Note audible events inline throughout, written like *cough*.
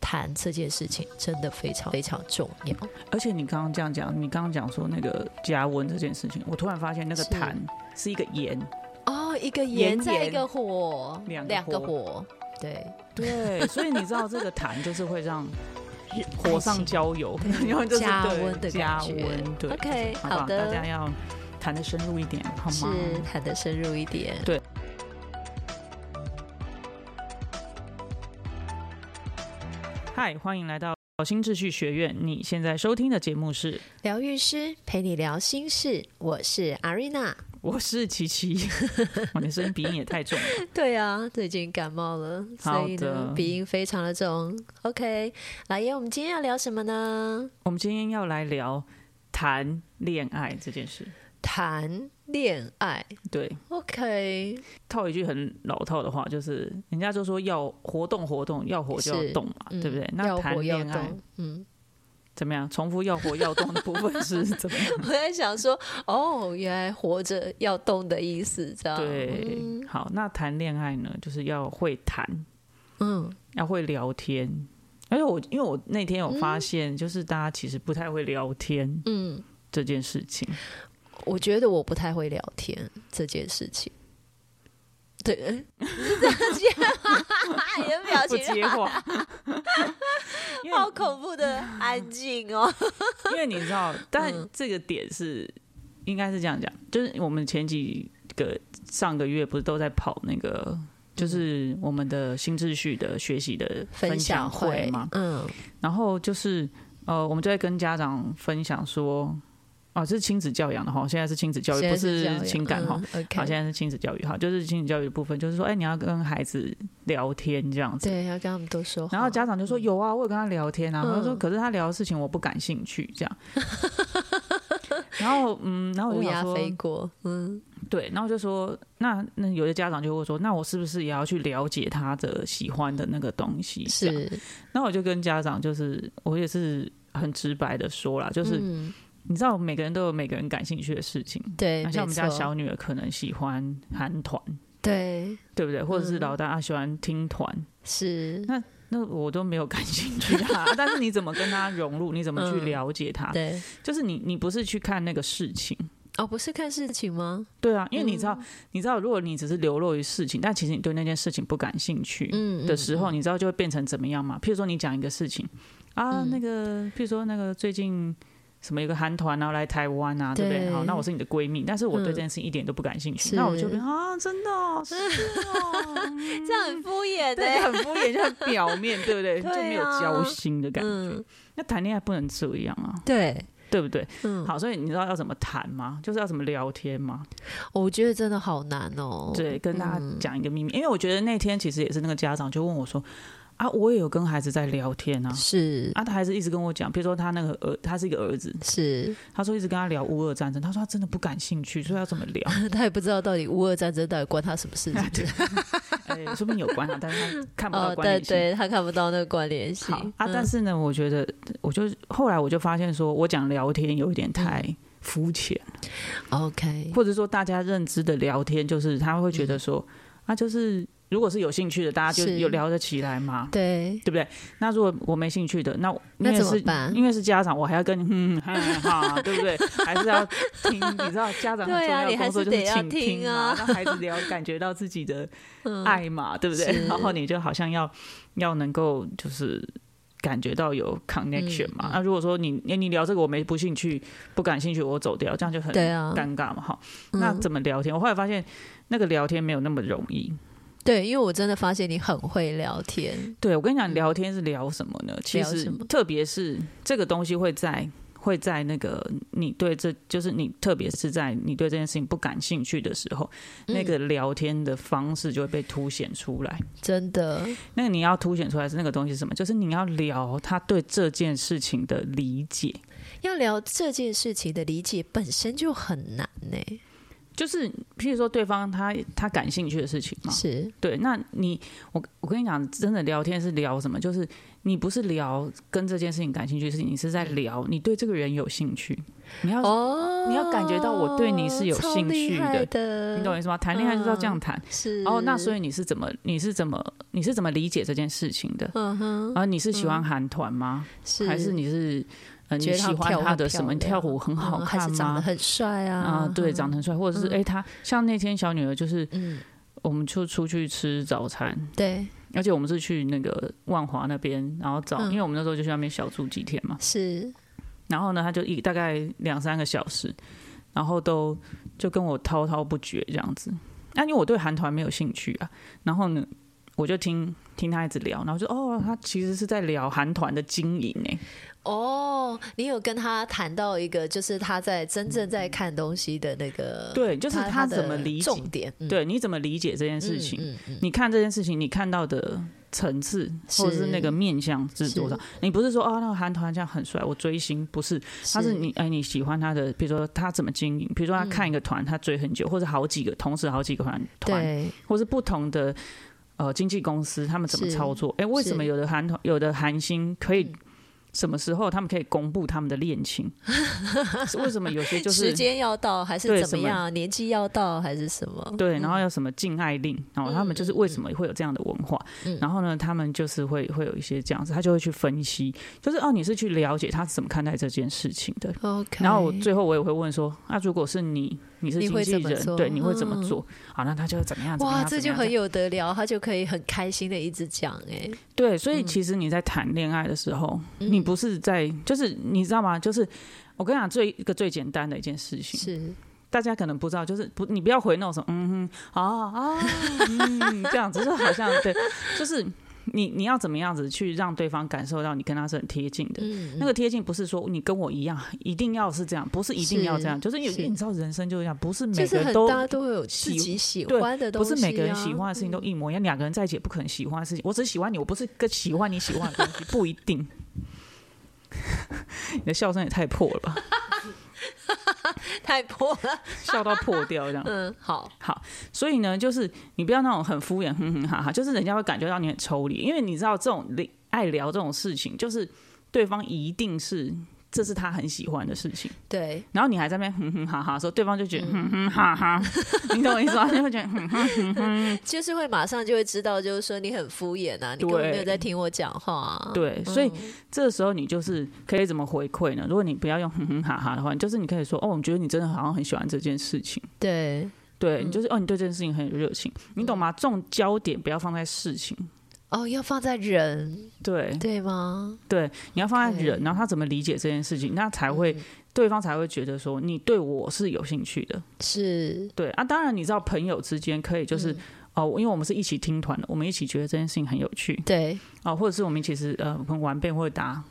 谈这件事情真的非常非常重要。而且你刚刚这样讲，你刚刚讲说那个加温这件事情，我突然发现那个是痰是一个盐，哦，一个炎盐再一炎个火，两个个火火，对，对，所以你知道这个痰就是会让火开上心浇油， *laughs* 对然后 *laughs* 就是加对温的加感觉温，对 OK，好不好好的大家要谈的深入一点，好是吗？谈的深入一点。对。嗨，欢迎来到新秩序学院，你现在收听的节目 *laughs* 是，疗愈师陪你聊心事，我是阿瑞 *laughs* 娜。我是 *laughs* 琪琪，哇，你声音鼻音也太重了。对啊，最近感冒了，好所以呢的，鼻音非常的重。OK，老爷，我们今天要聊什么呢？我们今天要来聊谈恋爱这件事。谈恋爱。对， OK，套一句很老套的话，就是人家就说要活动活动，要活就要是动嘛，嗯对不对？要那谈活要恋爱动，嗯，怎么样？重复要活要动的部分是怎么样？ *laughs* 我在想说，哦，原来活着要动的意思，这样对，嗯好，那谈恋爱呢，就是要会谈，嗯，要会聊天。而且我，因为我那天有发现，就是大家其实不太会聊天嗯，这件事情。我觉得我不太会聊天这件事情。对， *laughs* 是这样，你的表不情啊接话，因为好恐怖的安静哦。 *laughs* 因为你知道，但嗯这个点是应该是这样讲，就是我们前几个上个月不是都在跑那个，就是我们的新秩序的学习的分享会嘛，嗯，然后就是呃，我们就在跟家长分享说，哦，这是亲子教养的哈，现在是亲子教育，现在不教养情感哈。嗯，OK，好，现在是亲子教育，好，就是亲子教育的部分，就是说，哎、你要跟孩子聊天这样子。对，要跟他们多说话。然后家长就说有啊，我有跟他聊天啊。嗯他说，可是他聊的事情我不感兴趣，这样。 *laughs* 然后嗯，然后我乌就想鸦说，飞过，嗯，对，然后就说，那那有些家长就会说，那我是不是也要去了解他的喜欢的那个东西？这样是，那我就跟家长，就是我也是很直白的说啦，就是、嗯你知道，每个人都有每个人感兴趣的事情。对，那像我们没家错小女儿可能喜欢韩团，对对不对？或者嗯是老大喜欢听团，是，那我都没有感兴趣 *laughs* 啊。但是你怎么跟他融入？你怎么去嗯了解他？对就是你，你不是去看那个事情。哦，不是看事情吗？对啊，因为你知道，嗯你知道，如果你只是流落于事情，但其实你对那件事情不感兴趣，嗯的时候，你知道就会变成怎么样吗？譬如说你讲一个事情啊，嗯那个譬如说那个最近什么有个韩团然后来台湾啊，对不对？对好，那我是你的闺蜜，但是我嗯对这件事情一点都不感兴趣，是那我就会啊，真的哦，是 *laughs* 哦，嗯 *laughs* 这样很敷衍对，的，就很敷衍，就很表面，对不对？对啊就没有交心的感觉。嗯，那谈恋爱不能这样啊，对，对不对？嗯，好，所以你知道要怎么谈吗？就是要怎么聊天吗？哦我觉得真的好难哦。对，跟大家嗯讲一个秘密，因为我觉得那天其实也是那个家长就问我说：“啊，我也有跟孩子在聊天啊。”是啊，他还是一直跟我讲，比如说他那个儿，他是一个儿子，是， *laughs* 他说一直跟他聊乌俄战争，他说他真的不感兴趣，所以要怎么 *laughs* 聊？他也不知道到底乌俄战争到底关他什么事情。 *laughs* 哎、说不定有关啊，但是他看不到哦，关对联性。对，他看不到那个关联性好啊，嗯但是呢，我觉得，我就后来我就发现说我讲聊天有一点太嗯肤浅， OK，或者说大家认知的聊天就是他会觉嗯得说、啊，就是如果是有兴趣的，大家就是有聊得起来嘛。对，对不对？那如果我没兴趣的，那我那因为怎么是办因为是家长，我还要跟你嗯哈哈，对不对？还是要听，你知道家长很对啊重要的你还工是作就得要倾听听啊嘛，让 *laughs* 孩子聊，感觉到自己的嗯爱嘛，对不对是？然后你就好像要要能够就是。感觉到有 connection 嘛？那、啊嗯嗯如果说你哎你聊这个我没不兴趣、不感兴趣，我走掉，这样就很对啊，尴尬嘛。哈、那嗯怎么聊天？我后来发现那个聊天没有那么容易。对，因为我真的发现你很会聊天，对，我跟你讲，聊天是聊什么呢？嗯其聊实什么，特别是这个东西会在会在那个你对这，就是你特别是在你对这件事情不感兴趣的时候，嗯那个聊天的方式就会被凸显出来。真的，那个你要凸显出来是那个东西是什么？就是你要聊他对这件事情的理解。要聊这件事情的理解本身就很难呢、就是譬如说对方他他感兴趣的事情嘛，是对，那你我我跟你讲，真的聊天是聊什么？就是你不是聊跟这件事情感兴趣的事情，你是在聊你对这个人有兴趣，你要、哦，你要感觉到我对你是有兴超趣厉害的，嗯你懂我意思吗？谈恋爱就是要这样谈。是哦，那所以以你是怎么你是怎么你是怎么理解这件事情的？嗯哼，啊，你是喜欢韩团吗？嗯是还是你是呃你觉得他喜欢跳舞他很的什么？漂亮跳舞很好嗯还看是长得吗？很帅啊？啊，对，长得很帅，或者是哎、诶他像那天小女儿就是，嗯，我们就出去吃早餐，对，而且我们是去那个万华那边，然后找，嗯因为我们那时候就去那边小住几天嘛，是然后呢，他就一大概两三个小时，然后都就跟我滔滔不绝这样子。啊那、因为我对韩团没有兴趣啊，然后呢，我就听听他一直聊，然后就哦，他其实是在聊韩团的经营哎、哦，你有跟他谈到一个，就是他在真正在看东西的那个，对，就是呃他他的怎么理解，重点，嗯对，你怎么理解这件事情？嗯嗯你看这件事情，你看到的层次，是或者是那个面向是多少是？你不是说啊、那个韩团这样很帅，我追星不是，他是你哎，你喜欢他的，比如说他怎么经营，比如说嗯他看一个团，他追很久，或者好几个同时好几个团团，对或是不同的呃经纪公司他们怎么是操作？哎，为是嗯什么有的韩团有的韩星可以？什么时候他们可以公布他们的恋情？是为什么有 *laughs* 些就是时间要到还对是怎什么么样？年纪要到还是什么？对，然后要什么禁爱令，然后他嗯们就是为什么会有这样的文化，然后呢，他们就是会会有一些这样子，他就会去分析，就是哦，你是去了解他是怎么看待这件事情的。 OK，然后我最后我也会问说，那、如果是你，你是你经会纪怎么人，做嗯对，你会怎么做？好，那他就怎么样？怎么哇，样这怎么就样很有得聊，他就可以很开心的一直讲哎、对，所以其实你在谈恋爱的时候，嗯你不是在，就是你知道吗？就是我跟你讲，最一个最简单的一件事情，是大家可能不知道，就是不，你不要回那种什么，嗯哼，啊啊，嗯，这样子，就是好像对，就是你你要怎么样子去让对方感受到你跟他是很贴近的。嗯那个贴近不是说你跟我一样，一定要是这样，不是一定要这样，是就是有是你知道人生就是这样，不是就每个是人很都大家都会有自己喜欢的东不西、啊，嗯是每个人喜欢的事情都一模一样，两个人在一起也不可能喜欢的事情。我只喜欢你，我不是跟喜欢你喜欢的东西，不一定。 *laughs* 你的笑声也太破了吧，太破了。笑到破掉 *laughs* 这样。嗯，好，所以呢，就是你不要那种很敷衍，哼哼哈哈，就是人家会感觉到你很抽离，因为你知道这种爱聊这种事情，就是对方一定是这是他很喜欢的事情，对，然后你还在那边哼哼哈哈的时候，对方就觉得哼哼哈 *laughs* 哈，你懂我意思吗？ *laughs* 他就会觉得嗯哼哼，就是会马上就会知道，就是说你很敷衍啊，你根本没有在听我讲话、啊。对，所以这时候你就是可以怎么回馈呢？如果你不要用哼哼哈哈的话，你就是你可以说哦，我觉得你真的好像很喜欢这件事情。对，对你就是哦，你对这件事情很有热情，你懂吗？重焦点不要放在事情，哦，要放在人对，对吗？对，嗯你要放在 OK 人，然后他怎么理解这件事情，那才会、对方才会觉得说你对我是有兴趣的。是对啊，当然你知道朋友之间可以就是、哦，因为我们是一起听团的，我们一起觉得这件事情很有趣对，啊、哦，或者是我们一起是呃很玩变或者打。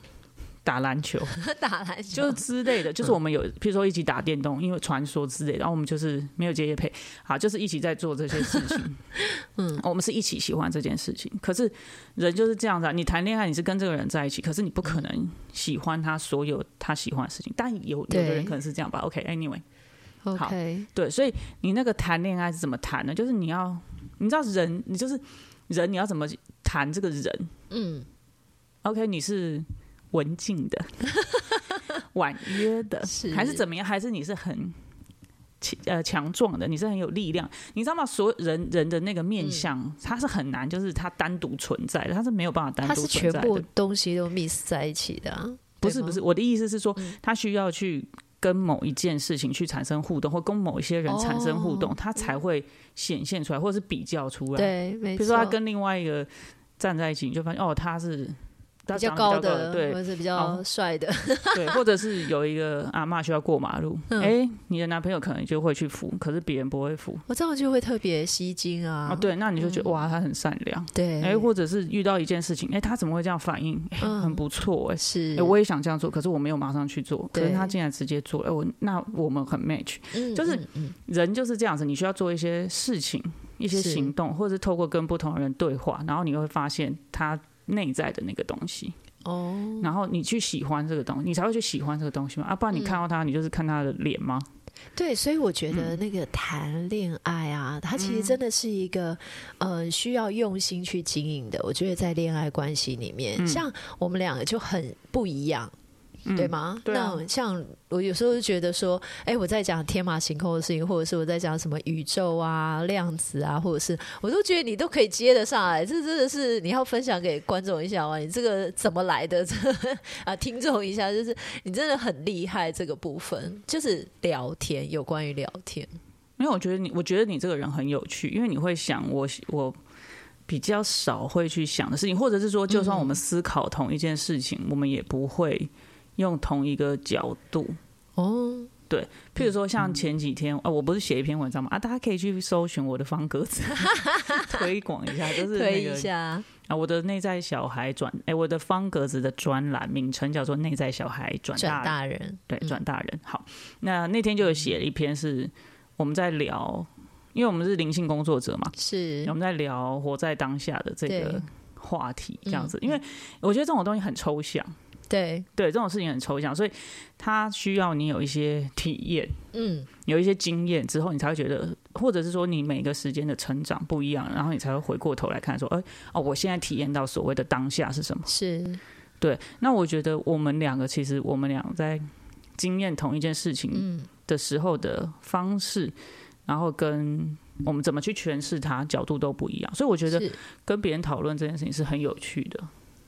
打篮球 *laughs* 打篮球就是之类的，就是我们有，譬如说一起打电动，因为传说之类的，然后我们就是没有接业配，好，就是一起在做这些事情。 *laughs* 嗯，我们是一起喜欢这件事情。可是人就是这样子啊，你谈恋爱你是跟这个人在一起，可是你不可能喜欢他所有他喜欢的事情。但有有的对人可能是这样吧。OK，Anyway，、好 OK，对，所以你那个谈恋爱是怎么谈呢？就是你要，你知道人，你就是人，你要怎么谈这个人嗯， ？OK，你是文静 *laughs* 的、婉约的，是还是怎么样？还是你是很强呃强壮的？你是很有力量？你知道吗？所有人人的那个面嗯相，它是很难，就是它单独存在的，它是没有办法单它独是存全在部的。东西都 miss 在一起的啊、不对是吗不是，我的意思是说，嗯他需要去跟某一件事情去产生互动，或跟某一些哦人产生互嗯动，他才会显现出来，或者是比较出来。，对，没错。比如说他跟另外一个站在一起，你就发现哦，他是他比较高长得比较高的，的，对，或者是比哦较帅的， *laughs* *laughs* 对，或者是有一个阿嬷需要过马路，哎、嗯你的男朋友可能就会去扶，可是别人不会扶我这样就会特别吸睛啊啊。对，那你就觉得、哇，他很善良，对，哎、或者是遇到一件事情，哎、他怎么会这样反应？哎嗯很不错、哎、是，哎我也想这样做，可是我没有马上去做，可是对他竟然直接做，哎、我那我们很 match，嗯就是嗯嗯人就是这样子，你需要做一些事情、一些是行动，或者是透过跟不同的人对话，然后你会发现他内在的那个东西。哦，然后你去喜欢这个东西，你才会去喜欢这个东西嘛。啊，不然你看到他，你就是看他的脸吗？对，所以我觉得嗯那个谈恋爱啊，它其实真的是一个，呃，需要用心去经营的。我觉得在恋爱关系里面，嗯像我们两个就很不一样，对吗？对啊那像我有时候就觉得说，哎、我在讲天马行空的事情，或者是我在讲什么宇宙啊、量子啊，或者是我都觉得你都可以接得上来，这真的是你要分享给观众一下哇，你这个怎么来的？这 *laughs* 啊，听众一下，就是你真的很厉害这个部分，就是聊天，有关于聊天，因为我觉得你，我觉得你这个人很有趣，因为你会想我我比较少会去想的事情，或者是说，就算嗯我们思考同一件事情，我们也不会用同一个角度。哦，譬如说，嗯像前几天啊，我不是写一篇文章嘛啊，大家可以去搜寻我的方格子， *laughs* 推广一 *laughs* 下，就是推那一个下，啊，我的内在小孩转哎、我的方格子的专栏名称叫做《内在小孩转转大人》。大嗯人，对，转大人。好，那那天就有写了一篇是我们在聊，因为我们是灵性工作者嘛，是我们在聊活在当下的这嗯对嗯个话题，这样子。因为我觉得这种东西很抽象，对，对，这种事情很抽象，所以它需要你有一些体验，嗯，有一些经验之后，你才会觉得，或者是说你每个时间的成长不一样，然后你才会回过头来看说，哎、哦，我现在体验到所谓的当下是什么。是，对，那我觉得我们两个其实我们俩在经验同一件事嗯情的时候的方式，然后跟我们怎么去诠释它角度都不一样，所以我觉得是跟别人讨论这件事情是很有趣的。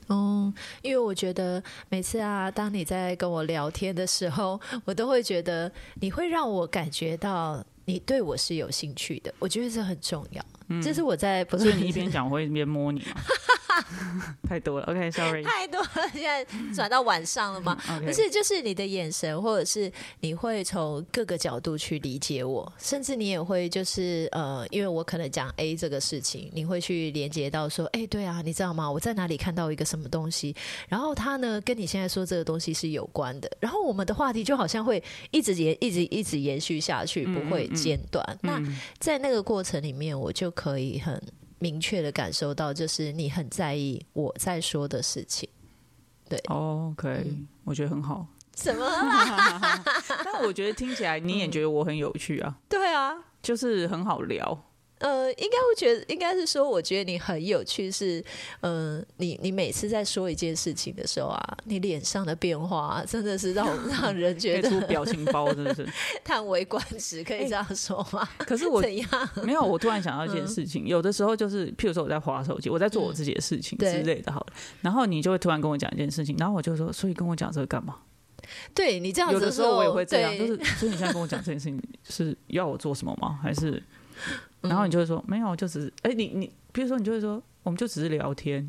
哦，因为我觉得每次啊，当你在跟我聊天的时候，我都会觉得你会让我感觉到你对我是有兴趣的，我觉得这很重要。这是我在不所是嗯以你一边讲，我会一边摸你嘛，太多了。OK，sorry，、 *laughs* 太多了，现在转到晚上了嘛。 OK，不是，就是你的眼神，或者是你会从各个角度去理解我，甚至你也会就是呃，因为我可能讲 A 这个事情，你会去连接到说，哎、对啊，你知道吗？我在哪里看到一个什么东西，然后他呢跟你现在说这个东西是有关的，然后我们的话题就好像会一直延一直一直延续下去，不会间断。那在那个过程里面，我就可以很明确的感受到，就是你很在意我在说的事情。哦 OK，、我嗯觉得很 *laughs* 好。什么啊、但我觉得听起来你也觉得我很有趣啊，对啊，就是很好聊。呃，应该会觉得，应该是说，我觉得你很有趣是，呃，你你每次在说一件事情的时候啊，你脸上的变化、啊、真的是让 *laughs* 让人觉贴得出表情包真 *laughs* 的是，叹为观止，可以这样说 *laughs* 吗？可是我怎样？ *laughs* 没有，我突然想到一嗯件事情，有的时候就是，譬如说我在划手机，我在做我自己的事情嗯对之类的，好了，然后你就会突然跟我讲一件事情，然后我就说，所以跟我讲这个干嘛？对你这样子有的的时候我也会这样，对就是所以你现在跟我讲这件事情是要我做什么吗？还是，然后你就会说没有，就只是，哎，你你，比如说你就会说，我们就只是聊天，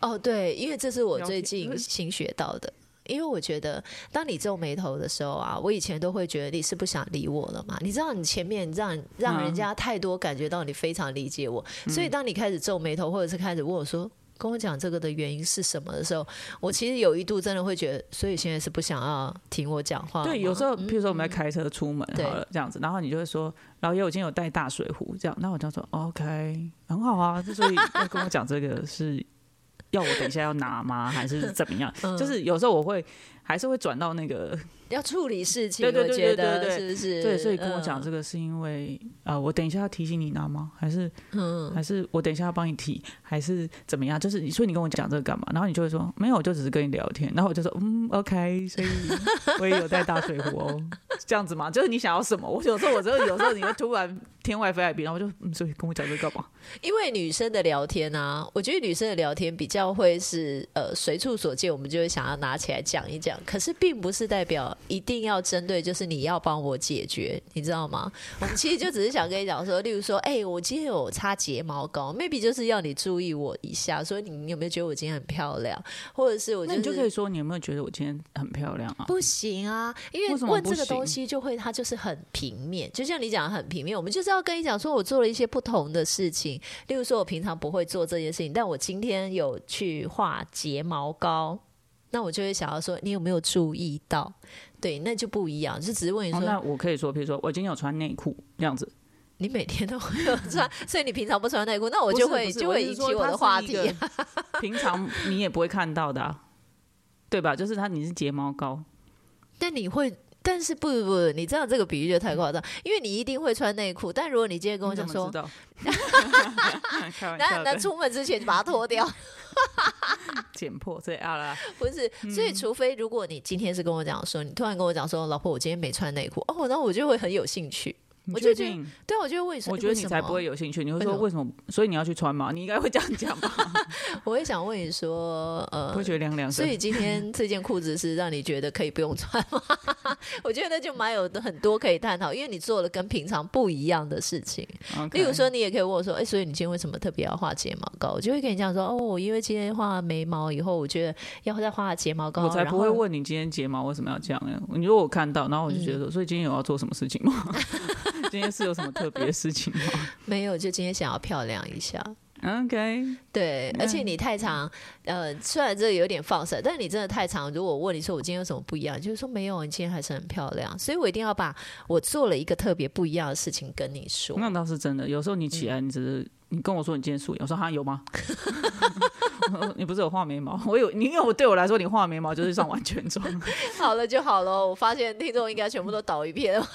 哦，对，因为这是我了最解近嗯新学到的。因为我觉得，当你皱眉头的时候啊，我以前都会觉得你是不想理我了嘛。你知道，你前面让让嗯人家太多感觉到你非常理解我，所以当你开始皱眉头，或者是开始问我说。跟我讲这个的原因是什么的时候，我其实有一度真的会觉得，所以现在是不想要听我讲话吗。对，有时候，譬如说我们在开车出门哦对好了，这样子，然后你就会说，然后也有今天有带大水壶这样，那我就说 OK，很好啊，之所以要跟我讲这个是要我等一下要拿吗，还是怎么样？就是有时候我会还是会转到那个要处理事情，对对我对觉对对得对是不是？对，所以跟我嗯讲这个是因为啊、呃我等一下要提醒你拿吗？还是嗯，还是我等一下要帮你提，还是怎么样？就是你说你跟我讲这个干嘛？然后你就会说没有，我就只是跟你聊天。然后我就说嗯，OK，所以我也有带大水壶哦，这样子嘛，就是你想要什么？我有时候我真的有时候你会突然天外飞来笔，然后我就嗯，所以跟我讲这个干嘛？因为女生的聊天啊，我觉得女生的聊天比较会是呃随处所见，我们就会想要拿起来讲一讲。可是并不是代表一定要针对，就是你要帮我解决，你知道吗？我们其实就只是想跟你讲说，例如说，哎、我今天有擦睫毛膏，maybe 就是要你注意我一下，说你你有没有觉得我今天很漂亮，或者是我那就你就是可以说你有没有觉得我今天很漂亮啊？不行啊，因为为什么问不这个东行西就会，它就是很平面，就像你讲的很平面。我们就是要跟你讲说，我做了一些不同的事情，例如说我平常不会做这件事情，但我今天有去画睫毛膏，那我就会想要说，你有没有注意到？对，那就不一样，就只是问你哦说，，那我可以说，譬如说我今天有穿内裤这样子，你每天都会有穿，所以你平常不穿内裤，那我就会不是不是就我会是引起说我它的是话一题啊个平常你啊也不会看到的啊、对吧？就是它，你是睫毛膏， *laughs* 但你会，但但是不不不，你这样这个比喻就太夸张，因为你一定会穿内裤，但如果你今天跟我你怎讲说么 *laughs* 知，道开玩那笑那的，出门之前就把它脱 *laughs* 掉，剪破这啊啦，不是？所嗯以，除非如果你今天是跟我讲说，你突然跟我讲说，老婆，我今天没穿内裤，哦，那我就会很有兴趣。你我就确觉得定？对啊，我就会问你说，我觉得为你什才么不会有兴趣，你会为说什么为什么？所以你要去穿嘛？你应该会这样讲 *laughs* 吧？我也想问你说，不呃会，觉得凉凉所的？以今天这件裤子是让你觉得可以不用穿吗？ *laughs* 我觉得那就蛮有很多可以探讨，因为你做了跟平常不一样的事情。 OK 例如说，你也可以问我说：“哎、所以你今天为什么特别要画睫毛膏？”我就会跟你讲说：“哦，我因为今天画了眉毛以后，我觉得要再画睫毛膏。”我才然不会后问你今天睫毛为什么要这样呢？你如果我看到，然后我就觉嗯得说，所以今天有要做什么事情吗？ *laughs* 今天是有什么特别的事情吗没有，就今天想要漂亮一下。 ？OK，对，那而且你太常，呃，虽然这个有点放闪，但你真的太常。如果我问你说我今天有什么不一样，你就是说没有，你今天还是很漂亮。所以我一定要把我做了一个特别不一样的事情跟你说。那倒是真的。有时候你起嗯来，你只是你跟我说你今天素颜，我说哈有吗？ *laughs* 我说你不是有画眉毛？ *laughs* 我有，你因为我对我来说，你画眉毛就是算完全妆。 *laughs* 好了就好了，我发现听众应该全部都倒一片了。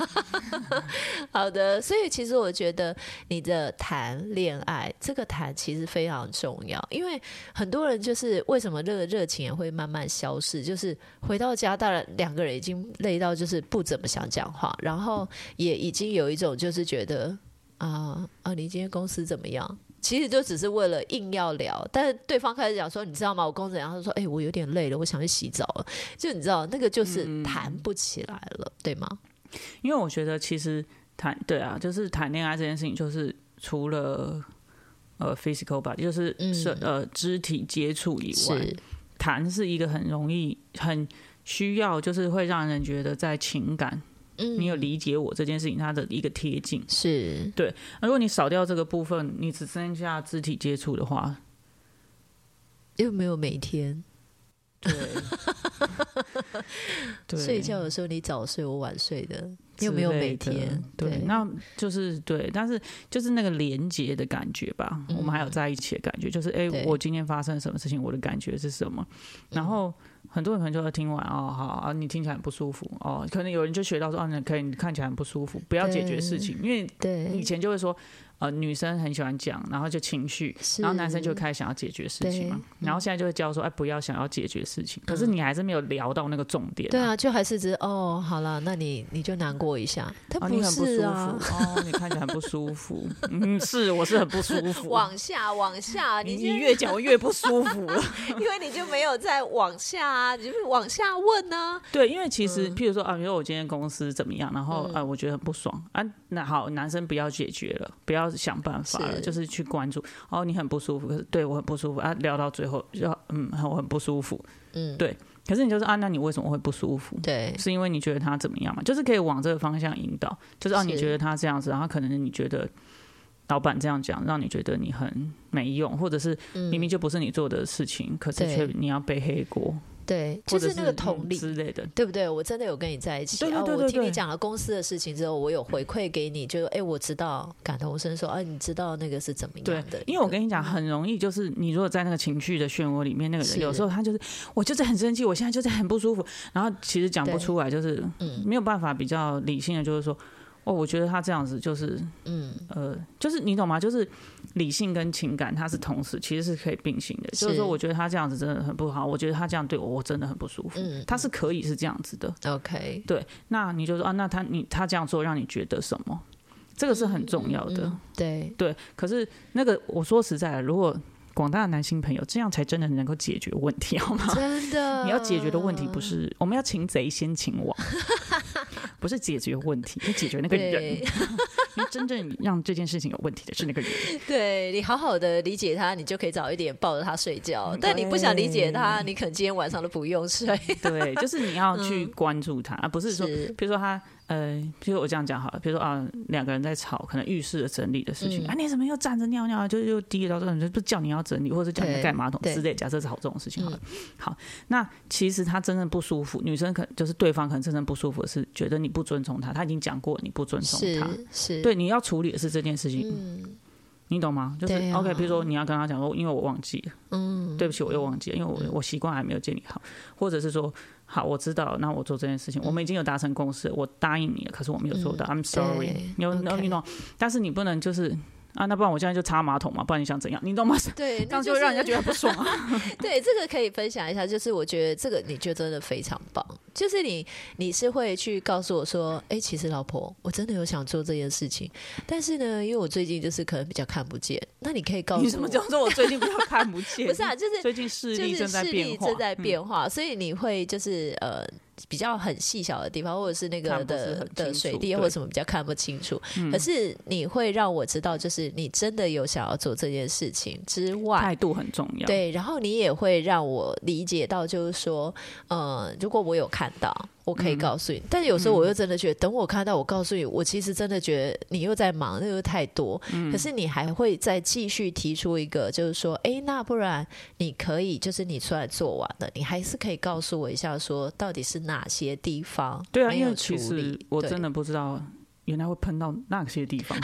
*laughs* 好的，所以其实我觉得你的谈恋爱这个谈其实非常重要，因为很多人就是为什么热热情也会慢慢消逝，就是回到家，当然两个人已经累到就是不怎么想讲话，然后也已经有一种就是觉得啊啊，你今天公司怎么样？其实就只是为了硬要聊，但是对方开始讲说，你知道吗？我公司怎样？他说，哎、我有点累了，我想去洗澡了。就你知道，那个嗯就是谈不起来了，对吗？因为我觉得其实谈对啊，就是谈恋爱这件事情，就是除了呃 physical 吧，就是嗯是、呃肢体接触以外，是，谈是一个很容易、很需要，就是会让人觉得在情感，嗯你有理解我这件事情，它的一个贴近。是，那如果你少掉这个部分，你只剩下肢体接触的话，又没有每天 *laughs* 对，对，睡觉的时候你早睡我晚睡的，又没有之类每的天，对，那就是对，但是就是那个连接的感觉吧，我们还有在一起的感觉，就是哎、嗯对嗯我今天发生什么事情，我的感觉是什么？然后很多人可能就会听完哦，好啊，你听起来很不舒服哦，可能有人就学到说，哦、啊，你可以你看起来很不舒服，不要解决事情，因为以嗯对，前就会说，呃，女生很喜欢讲，然后就情绪，是嗯然后男生就开始想要解决事情嘛，然后现在就会教说，哎、不要想要解决事情，可是你还是没有聊到那个重点、对啊，就还是只是哦，好了，那你你就难过一下，他啊，你很不是舒啊，服哦，你看起来很不舒服。 *laughs* 嗯，是，我是很不舒服。往下往下， *laughs* 你你你先越讲我越不舒服 *laughs* 了。因为你就没有再往下啊，你就是往下问啊呢，对，因为其实嗯譬如说啊，比如说我今天公司怎么样，然后啊，我觉得很不爽啊。那好，男生不要解决了，不要想办法了，是就是去关注。哦，你很不舒服，可是对我很不舒服啊。聊到最后就嗯，我很不舒服。嗯，对可是你就是啊，那你为什么会不舒服？对，是因为你觉得他怎么样嘛？就是可以往这个方向引导，就是哦，是你觉得他这样子，然后可能你觉得老板这样讲，让你觉得你很没用，或者是明明就不是你做的事情，可是却嗯对你要背黑锅，对，或就者是那个嗯同理，之类的。对不对？我真的有跟你在一起，对对啊对我对听对你讲了公司的事情之后，我有回馈给你，就是哎，我知道，感同身受，啊，你知道那个是怎么对样的？，因为我跟你讲，很容易就是你如果在那个情绪的漩涡里面，那个人是有时候他就是，我就是很生气，我现在就是很不舒服，然后其实讲不对嗯出来，就是没有办法比较理性的，就是说，哦，我觉得他这样子就是 *laughs* 嗯，呃，就是你懂吗？就是理性跟情感它是同时，其实是可以并行的。是就是说，我觉得他这样子真的很不好，我觉得他这样对我，我真的很不舒服。嗯他是可以是这样子的， OK，对。那你就说啊，那他你他这样做让你觉得什么？这个是很重要嗯的，对，对。可是那个我说实在的，如果广大的男性朋友这样才真的能够解决问题，好吗？真的，你要解决的问题不是我们要擒贼先擒王， *laughs* 不是解决问题，是解决那个人对。因为真正让这件事情有问题的是那个人。对你好好的理解他，你就可以早一点抱着他睡嗯觉。但你不想理解他，你可能今天晚上都不用睡。对，就是你要去关注他，啊而不 *laughs* 是嗯说，是比如说他，呃，比如我这样讲好了，比如说啊，两个人在吵，可能浴室的整理的事情、嗯啊，你怎么又站着尿尿啊？就又滴到这种，就不叫你要整理，或者是叫你对盖马桶对嗯之类。假设吵这种事情好了，好，那其实他真正不舒服，女生可就是对方可能真正不舒服的是觉得你不尊重他，他已经讲过你不尊重是他，是，对，你要处理的是这件事情，嗯，你懂吗？就是、对啊 OK，比如说你要跟他讲说，因为我忘记了，嗯，对不起，我又忘记了，因为我我习惯还没有建立好，或者是说，好，我知道，那我做这件事情，我们嗯已经有达成共识，我答应你了，可是我没有做到、i m sorry，你有 OK 你懂，但是你不能就是啊，那不然我现在就擦马桶嘛，不然你想怎样？你懂吗？ *laughs* 对，这样就就会让人家得觉得不爽啊。对这个可以分享一下，就是我觉得这个你就真的非常棒，就是你你是会去告诉我说，哎、其实老婆，我真的有想做这件事情，但是呢，因为我最近就是可能比较看不见，那你可以告诉我，你怎么叫做我最近比较看不见？不是啊，就是最近 *laughs* 视就力是正在视力变化，正在嗯变化，所以你会就是呃比较很细小的地方，或者是那个看不是的很的清水楚滴对嗯或者什么比较看不清楚。可是你会让我知道，就是你真的有想要做这件事情之外。态度很重要。，对，然后你也会让我理解到，就是说，呃，如果我有看到，我可嗯以告诉你。但是有时候我又真的觉得，等我看到，我告诉你，我其实真的觉得你又在忙，那又太多。嗯可是你还会再继续提出一个，就是说，诶，那不然你可以，就是你虽然做完了，你还是可以告诉我一下，说到底是哪些地方对啊，没因有为处其实理。我对真的不知道，原来会喷到那些地 *laughs* 方，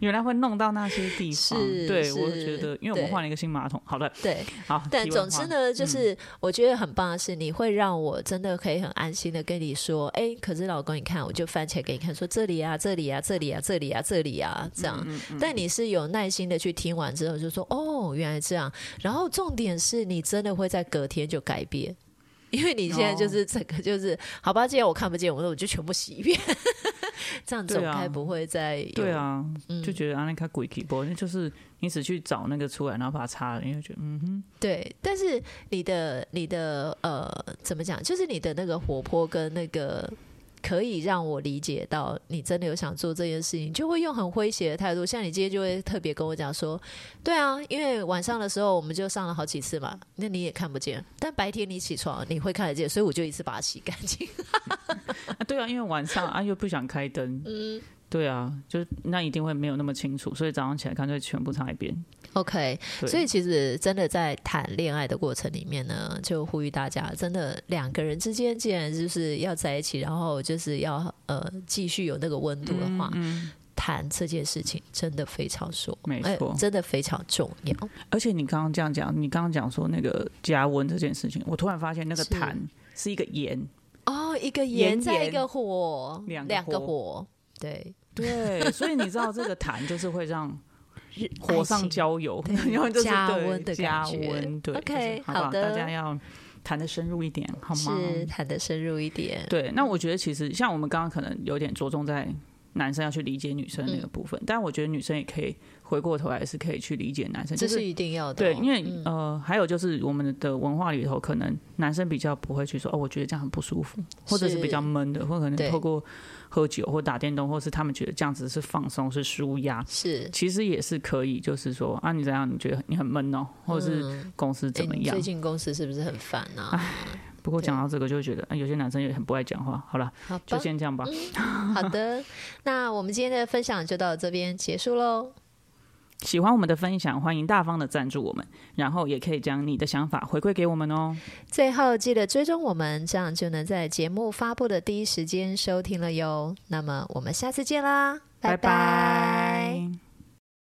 原来会弄到那些地方。是对，是我觉得，因为我们对换了一个新马桶。好的，对，好。但题外总话之，呢，就是我觉得很棒的是，你会让我真的可以很安心的跟你说，哎、可是老公，你看，我就翻起来给你看，说这里啊，这里啊，这里啊，这里啊，这里啊，这嗯样。但你是有耐心的去听完之后，就说哦，原来这样。然后重点是你真的会在隔天就改变。因为你现在哦就是整个就是，好吧，既然我看不见，我那我就全部洗一遍， *laughs* 这样总对啊该不会再有对啊，嗯就觉得啊，那卡鬼 k 波，那就是你只去找那个出来，然后把它擦了，你就觉得嗯哼，对，但是你的你的呃，怎么讲？就是你的那个活泼跟那个。可以让我理解到你真的有想做这件事情，就会用很诙谐的态度。像你今天就会特别跟我讲说，对啊，因为晚上的时候我们就上了好几次嘛，那你也看不见，但白天你起床你会看得见，所以我就一次把它洗干净。啊，对啊，因为晚上啊又不想开灯，嗯，对啊，就是那一定会没有那么清楚，所以早上起来干脆全部擦一遍。 OK，对所以其实真的在谈恋爱的过程里面呢，就呼吁大家，真的两个人之间既然就是要在一起，然后就是要呃继续有那个温度的话，谈这件事情真的非常说，嗯没哎错真的非常重要。而且你刚刚这样讲，你刚刚讲说那个加温这件事情，我突然发现那个是痰是一个盐，哦，一个炎盐再一炎个火，两个个火火，对，对，所以你知道这个痰就是会让火爱上情浇油对，然 *laughs* 后就是加对温的感加觉温，对 OK，就是好不好好？的大家要谈的深入一点，好吗？是谈的深入一点，对，那我觉得其实像我们刚刚可能有点着重在男生要去理解女生嗯那个部分，但我觉得女生也可以回过头来是可以去理解男生，这就是一定要的哦、对，因为、呃，还有就是我们的文化里头，可能男生比较不会去说哦，我觉得这样很不舒服，或者是比较闷的，或可对能透过喝酒或打电动，或是他们觉得这样子是放松是舒压，是其实也是可以，就是说啊，你怎样你觉得你很闷哦，或者是嗯公司哎怎么你样最？近公司是不是很烦啊？不过讲对到这个，就会觉得、啊有些男生也很不爱讲话。好了，好嗯就吧，先这样吧。好的，那我们今天的分享就到这边结束喽。喜欢我们的分享，欢迎大方的赞助我们，然后也可以将你的想法回馈给我们哦。最后记得追踪我们，这样就能在节目发布的第一时间收听了哟。那么我们下次见啦，拜拜拜